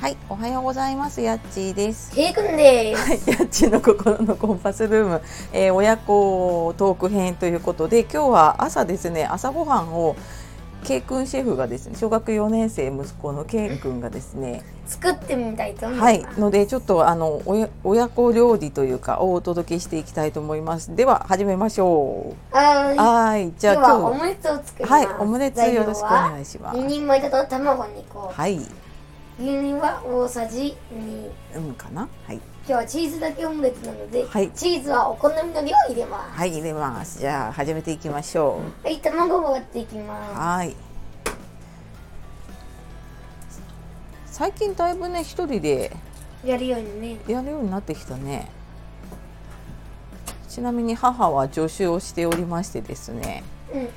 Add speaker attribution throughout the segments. Speaker 1: はようございますやっちーです
Speaker 2: ケイくんです。
Speaker 1: はいやっちーの心のコンパスルーム、えー親子トーク編ということで今日は朝ですね朝ごはんをケイくんシェフがですね小学4年生息子のケイくんがですね
Speaker 2: 作ってみたいと思います。
Speaker 1: はいのでちょっとあのおや親子料理というかをお届けしていきたいと思いますでは始めましょ
Speaker 2: は
Speaker 1: う
Speaker 2: い。
Speaker 1: はいじゃあ
Speaker 2: 今日はオ
Speaker 1: 今
Speaker 2: ムレツを作
Speaker 1: 日
Speaker 2: り
Speaker 1: は
Speaker 2: ま
Speaker 1: い
Speaker 2: す。
Speaker 1: オムレツよろしくお願いします
Speaker 2: 材料は二人前だと卵2個。
Speaker 1: はい
Speaker 2: 牛乳は大さじ2。
Speaker 1: うんかなはい
Speaker 2: 今日はチーズだけオムレツなので、
Speaker 1: はい
Speaker 2: チーズはお好みの量を入れます。
Speaker 1: はい入れますじゃあ始めていきましょう
Speaker 2: はい、卵を割っていきま。
Speaker 1: はい。最近だいぶね一人です
Speaker 2: やるようにね。
Speaker 1: やるようになってきたね。ちなみに母は助手をしておりましてですね、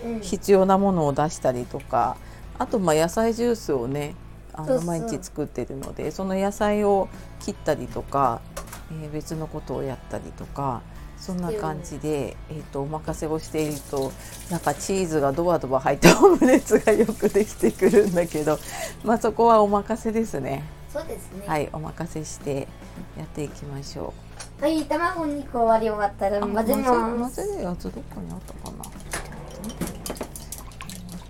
Speaker 2: うんうん。
Speaker 1: 必要なものを出したりとか、あとまあ野菜ジュースをね、あ
Speaker 2: そう
Speaker 1: の
Speaker 2: そう
Speaker 1: 毎日作ってるので、その野菜を切ったりとか、えー別のことをやったりとか。そんな感じで、えー、とお任せをしているとなんかチーズがドバドバ入ったオムレツがよくできてくるんだけど、まあ、そこはお任せですね
Speaker 2: そうですね。
Speaker 1: はいお任せしてやっていきましょ
Speaker 2: はい、卵2個割り終わったら
Speaker 1: うあ
Speaker 2: 混ぜま
Speaker 1: 混
Speaker 2: す
Speaker 1: ぜ。混ぜるやつどこにあったかな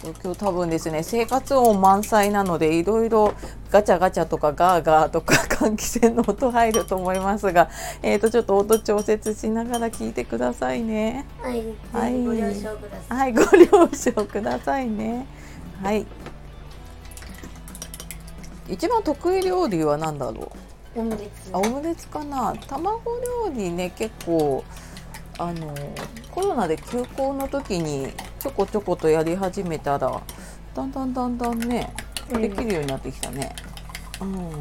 Speaker 1: えっと今日多分ですね生活音満載なのでいろいろガチャガチャとかガーガーとか換気扇の音入ると思いますが、えー、とちょっと音調節しながら聞いてくださいね。
Speaker 2: はい、ぜ
Speaker 1: はい
Speaker 2: ひご了承ください。
Speaker 1: はい、ご了承くださいね。はい。一番得意料理は何だろ
Speaker 2: オムレツ
Speaker 1: う。あ、。オムレツかな。卵料理ね、結構。あの、コロナで休校の時に、ちょこちょことやり始めたら。だんだんだんだんね、
Speaker 2: うん
Speaker 1: できるようになってきたね。うん。ま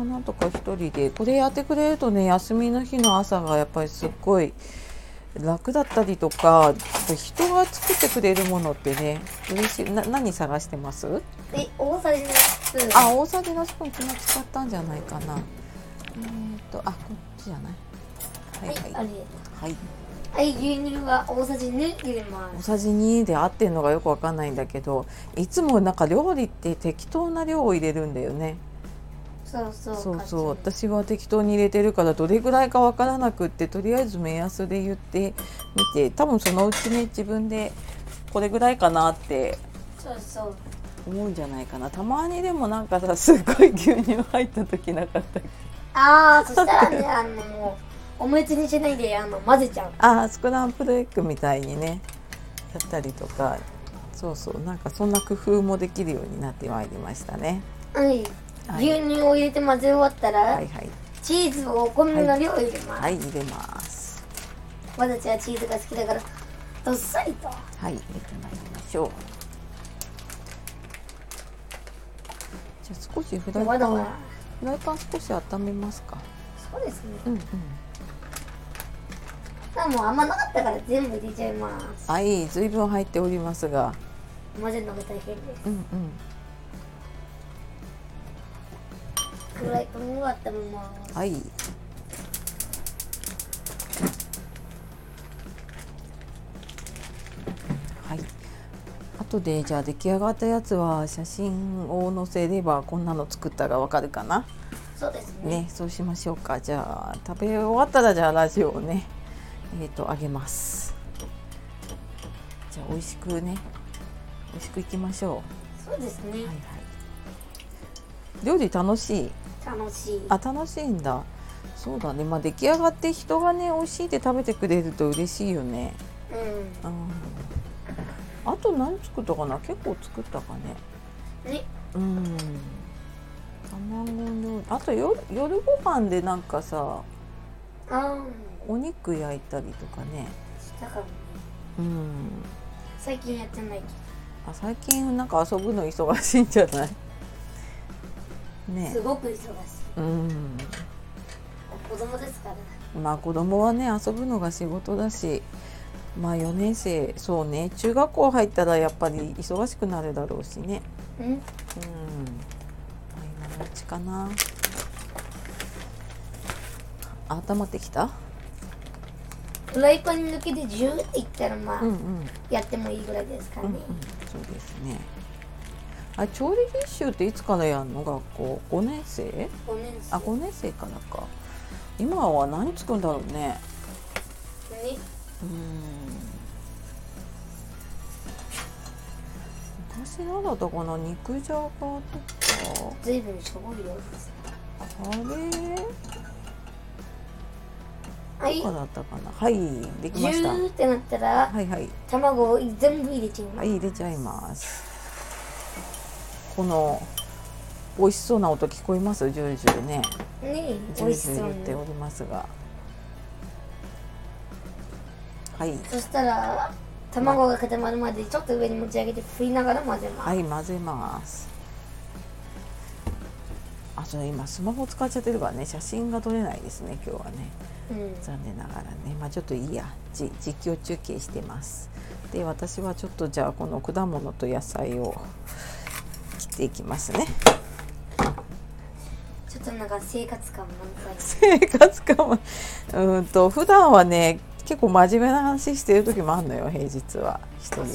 Speaker 1: あなんとか一人でこれやってくれるとね休みの日の朝がやっぱりすっごい楽だったりとか人が作ってくれるものってね嬉しいな何探してます
Speaker 2: で、大さじのスプーン。
Speaker 1: あ大さじのスプーン昨日使ったんじゃないかなえー、っとあこっちじゃないはい
Speaker 2: はい、あ
Speaker 1: はい、
Speaker 2: りがとう。
Speaker 1: はい、
Speaker 2: はい、牛乳は大さじ2入れま
Speaker 1: 大
Speaker 2: す。
Speaker 1: さじ2で合ってるのがよくわかんないんだけどいつもなんか料理って適当な量を入れるんだよね
Speaker 2: そうそう。
Speaker 1: そう
Speaker 2: かつ
Speaker 1: そう私は適当に入れてるからどれぐらいかわからなくってとりあえず目安で言ってみて多分そのうちね自分でこれぐらいかなって
Speaker 2: そうそう。
Speaker 1: 思うんじゃないかなたまにでもなんかさすっごい牛乳入った時なかったっけ
Speaker 2: ああ、そしたらね、あの、もう、オムレツにしないで、あの、混ぜちゃう。
Speaker 1: あースクランブルエッグみたいにねやったりとかそうそうなんかそんな工夫もできるようになってまいりましたね。
Speaker 2: はい。
Speaker 1: はい
Speaker 2: 牛乳を入れて混ぜ終わったら、
Speaker 1: はいはい
Speaker 2: チーズをお好みの量を入れます。
Speaker 1: はい入れます。
Speaker 2: 私たちはチーズが好きだから、どっさりと。
Speaker 1: はい、入れてまいりましょう。じゃあ少しフライ
Speaker 2: ま
Speaker 1: パ
Speaker 2: だ
Speaker 1: ン
Speaker 2: ま
Speaker 1: を
Speaker 2: だ。
Speaker 1: フライパン少し温めますか。
Speaker 2: そうですね。
Speaker 1: うんうん。
Speaker 2: あもうあんまなかったから全部入れちゃいます。
Speaker 1: はい、随分入っておりますが、
Speaker 2: 混ぜるのが大変です。
Speaker 1: うんうん。
Speaker 2: フライパンを温めます。
Speaker 1: はい。はい。後でじゃあ出来上がったやつは写真を載せればこんなの作ったがわかるかな。
Speaker 2: そうですね。
Speaker 1: ね、そうしましょうか。じゃあ食べ終わったらじゃあラジオをね、えっ、とあげます。じゃあ美味しくね、美味しくいきましょ
Speaker 2: そうですね。
Speaker 1: う。はいはい。料理楽しい。
Speaker 2: 楽しい。
Speaker 1: あ、楽しいんだ。そうだね。まあ出来上がって人がね美味しいって食べてくれると嬉しいよね。う
Speaker 2: う
Speaker 1: ん。あと何作ったかな。結構作ったかね。
Speaker 2: ん。ね。
Speaker 1: うん卵料理あと夜夜ご飯でなんかさ
Speaker 2: あ
Speaker 1: お肉焼いたりとかね
Speaker 2: あ、したかもね。
Speaker 1: うん
Speaker 2: 最近やってないけ
Speaker 1: あ最近なんか遊ぶの忙しいんじゃない
Speaker 2: ど、
Speaker 1: ね
Speaker 2: すごく忙しい。
Speaker 1: うん
Speaker 2: 子供ですから。
Speaker 1: まあ子供はね遊ぶのが仕事だしまあ4年生そうね中学校入ったらやっぱり忙しくなるだろうしね
Speaker 2: うん。
Speaker 1: うんまあ今のうちかなあ温まってきた
Speaker 2: フライパンに抜けてジューっていったらまあ、
Speaker 1: うんうん
Speaker 2: やってもいいぐらいですか
Speaker 1: う
Speaker 2: ね
Speaker 1: んうん。、そうですね。あ調理実習っていつからやんの学校5年生
Speaker 2: 五年生
Speaker 1: あ5年生からか今は何つくんだろうね
Speaker 2: ね
Speaker 1: うーん昔のだったかな肉じゃがとか
Speaker 2: ずいぶんしょぼいよ
Speaker 1: カレー
Speaker 2: はい
Speaker 1: とかだったかなはいでき
Speaker 2: ジュ
Speaker 1: ました
Speaker 2: ーってなったら
Speaker 1: はいはい
Speaker 2: 卵を全部入れちゃいま
Speaker 1: は
Speaker 2: す
Speaker 1: い入れちゃいますこの美味しそうな音聞こえますジュージューね
Speaker 2: ね
Speaker 1: ジュー
Speaker 2: 美味し
Speaker 1: ジュー
Speaker 2: そう
Speaker 1: 言って
Speaker 2: に
Speaker 1: おりますがはい
Speaker 2: そしたら卵が固まるまでちょっと上に持ち上げて振りながら混ぜます
Speaker 1: はい混ぜますあそう今スマホ使っちゃってるからね写真が撮れないですね今日はね
Speaker 2: うん
Speaker 1: 残念ながらねまあちょっといいやじ実況中継してますで私はちょっとじゃあこの果物と野菜を切っていきますね
Speaker 2: ちょっとなんか生活感満載
Speaker 1: 生活感はうーんと普段はね結構真面目な話してる時もあるのよ平日は一人で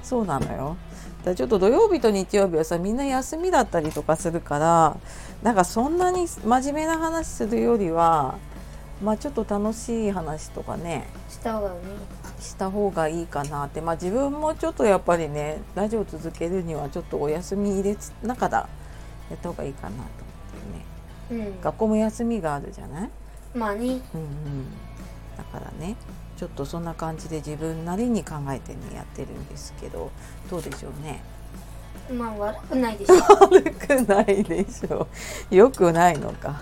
Speaker 2: そう
Speaker 1: そうな
Speaker 2: なの
Speaker 1: のよだからちょっと土曜日と日曜日はさみんな休みだったりとかするからなんかそんなに真面目な話するよりはまあちょっと楽しい話とかね
Speaker 2: した方がね
Speaker 1: した方がいいかなってまあ自分もちょっとやっぱりねラジオ続けるにはちょっとお休み入れつ中だやった方がいいかなと思ってね
Speaker 2: うん
Speaker 1: 学校も休みがあるじゃない
Speaker 2: まあね
Speaker 1: うんうん、だからねちょっとそんな感じで自分なりに考えてねやってるんですけどどうでしょうね
Speaker 2: まあ悪くないでし ょ
Speaker 1: 悪くないでしょう良くないのか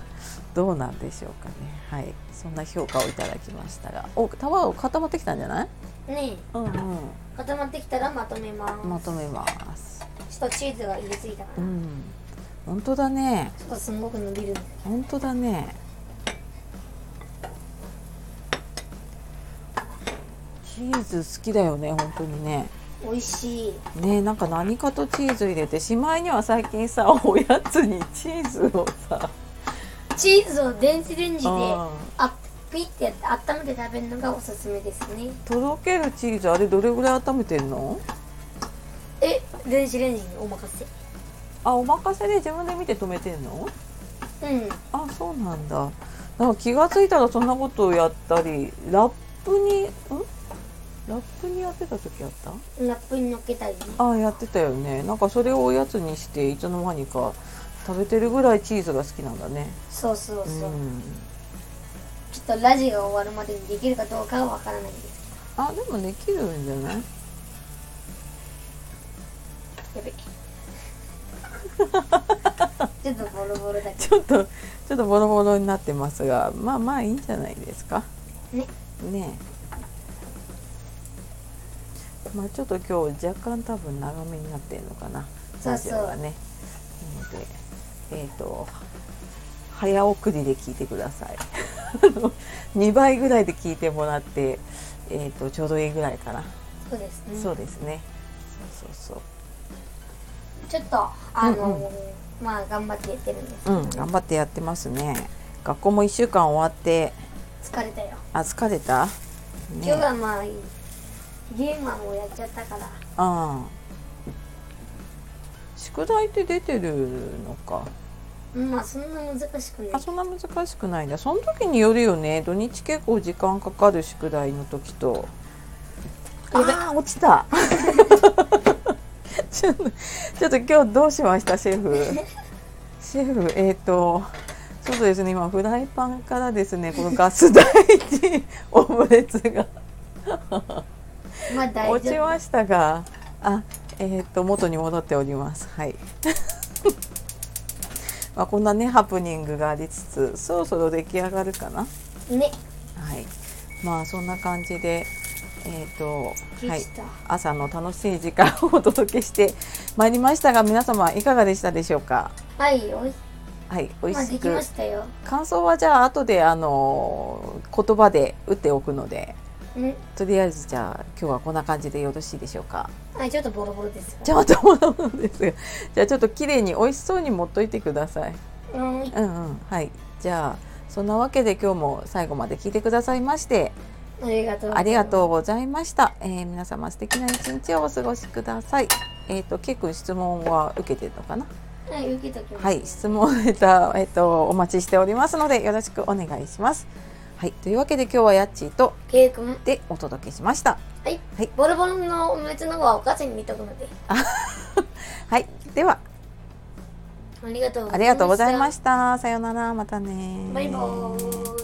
Speaker 1: どうなんでしょうかねはいそんな評価をいただきましたがおタワーを固まってきたんじゃない
Speaker 2: ね
Speaker 1: うんうん
Speaker 2: 固まってきたらまとめます
Speaker 1: まとめます
Speaker 2: ちょっとチーズが入れすぎたか
Speaker 1: う
Speaker 2: ら、
Speaker 1: ん本当だね
Speaker 2: ちょっとすごく伸びるんだ
Speaker 1: 本当だねチーズ好きだよね本当にね
Speaker 2: 美味しい
Speaker 1: ねなんか何かとチーズ入れてしまいには最近さおやつにチーズを さ
Speaker 2: チーズを電子レンジで
Speaker 1: あ
Speaker 2: あっピッてやって温めて食べるのがおすすめですね
Speaker 1: とろけるチーズあれどれぐらい温めてんの
Speaker 2: え電子レンジにお任せ
Speaker 1: あお任せで自分で見て止めてんの
Speaker 2: うん
Speaker 1: あそうなんだなんか気がついたらそんなことをやったりラップにんラップにやってた時あった
Speaker 2: ラップに乗っけたりね
Speaker 1: あやってたよねなんかそれをおやつにしていつの間にか食べてるぐらいチーズが好きなんだね
Speaker 2: そうそう
Speaker 1: う
Speaker 2: そう、
Speaker 1: ん
Speaker 2: ちょっとラジが終わるまでにできるかどうかはわからないです
Speaker 1: あでもできるんじゃない
Speaker 2: やべちょっとボロボロだけ
Speaker 1: ちょっとちょっとボロボロになってますがまあまあいいんじゃないですか
Speaker 2: どね
Speaker 1: ねえまあちょっと今日若干多分長めになってるのかな
Speaker 2: そう
Speaker 1: ラ
Speaker 2: そう
Speaker 1: ジオがねなのでえっ、と早送りで聞いてください 2倍ぐらいで聞いてもらって、えー、とちょうどいいぐらいかな、
Speaker 2: そうですね
Speaker 1: そうですねそうそう
Speaker 2: ちょっとあの、
Speaker 1: うん
Speaker 2: まあ頑張ってやってるんですけ
Speaker 1: そう
Speaker 2: ど、
Speaker 1: うん頑張ってやってますね学校も1週間終わって
Speaker 2: 疲れたよ、
Speaker 1: あ疲れた、ね
Speaker 2: 今日はまあゲーマーをやっちゃったから
Speaker 1: ああ宿題って出てるのか
Speaker 2: まあそんな難しくな
Speaker 1: あ
Speaker 2: い
Speaker 1: そんな難しくないんだその時によるよね土日結構時間かかる宿題の時とああ落ちた ちょっとちょっと今日どうしましたシェ フシェフえっ、とちょっとですね今フライパンからですねこのガス台に オムレツが
Speaker 2: まあ大
Speaker 1: 落ち
Speaker 2: 丈夫
Speaker 1: ましたが、あ、えっ、と元に戻っております。はい。 まあこんなねハプニングがありつつ、そろそろ出来上がるかな。は
Speaker 2: ね
Speaker 1: い。まあそんな感じで、えっ、とは
Speaker 2: で
Speaker 1: い
Speaker 2: し。た、
Speaker 1: 朝の楽しい時間をお届けして まいりましたが、皆様いかがでしたでしょうか。
Speaker 2: はいおい
Speaker 1: はい、美
Speaker 2: まあ
Speaker 1: 味
Speaker 2: で
Speaker 1: し
Speaker 2: き
Speaker 1: く。
Speaker 2: ましたよ、
Speaker 1: 感想はじゃあ後であの言葉で打っておくので、
Speaker 2: うん、
Speaker 1: とりあえずじゃあ今日はこんな感じでよろしいでしょうか。
Speaker 2: はいちょっとボロボロです
Speaker 1: ちょっと戻るんですが、じゃあちょっと綺麗に美味しそうに持っといてください。
Speaker 2: うんはい
Speaker 1: うんうん、はい。じゃあそんなわけで今日も最後まで聞いてくださいまして
Speaker 2: ありがとう
Speaker 1: ありがとうございました。えー皆様素敵な一日をお過ごしください。えっ、と、けいくん質問は受けてるのかな。
Speaker 2: はい、受けときます。
Speaker 1: はい、質問ネタ、 えっ、と、お待ちしておりますので、よろしくお願いします。はい、というわけで、今日はやっちーと、
Speaker 2: ケイ君、は
Speaker 1: で、お届けしました。
Speaker 2: い、
Speaker 1: はい
Speaker 2: ボロボロのおむつの方はお母さんに見とくので、
Speaker 1: はい、では、
Speaker 2: ありがとうございました。
Speaker 1: ありがとうございました。さようなら、またね。
Speaker 2: バイバーイ。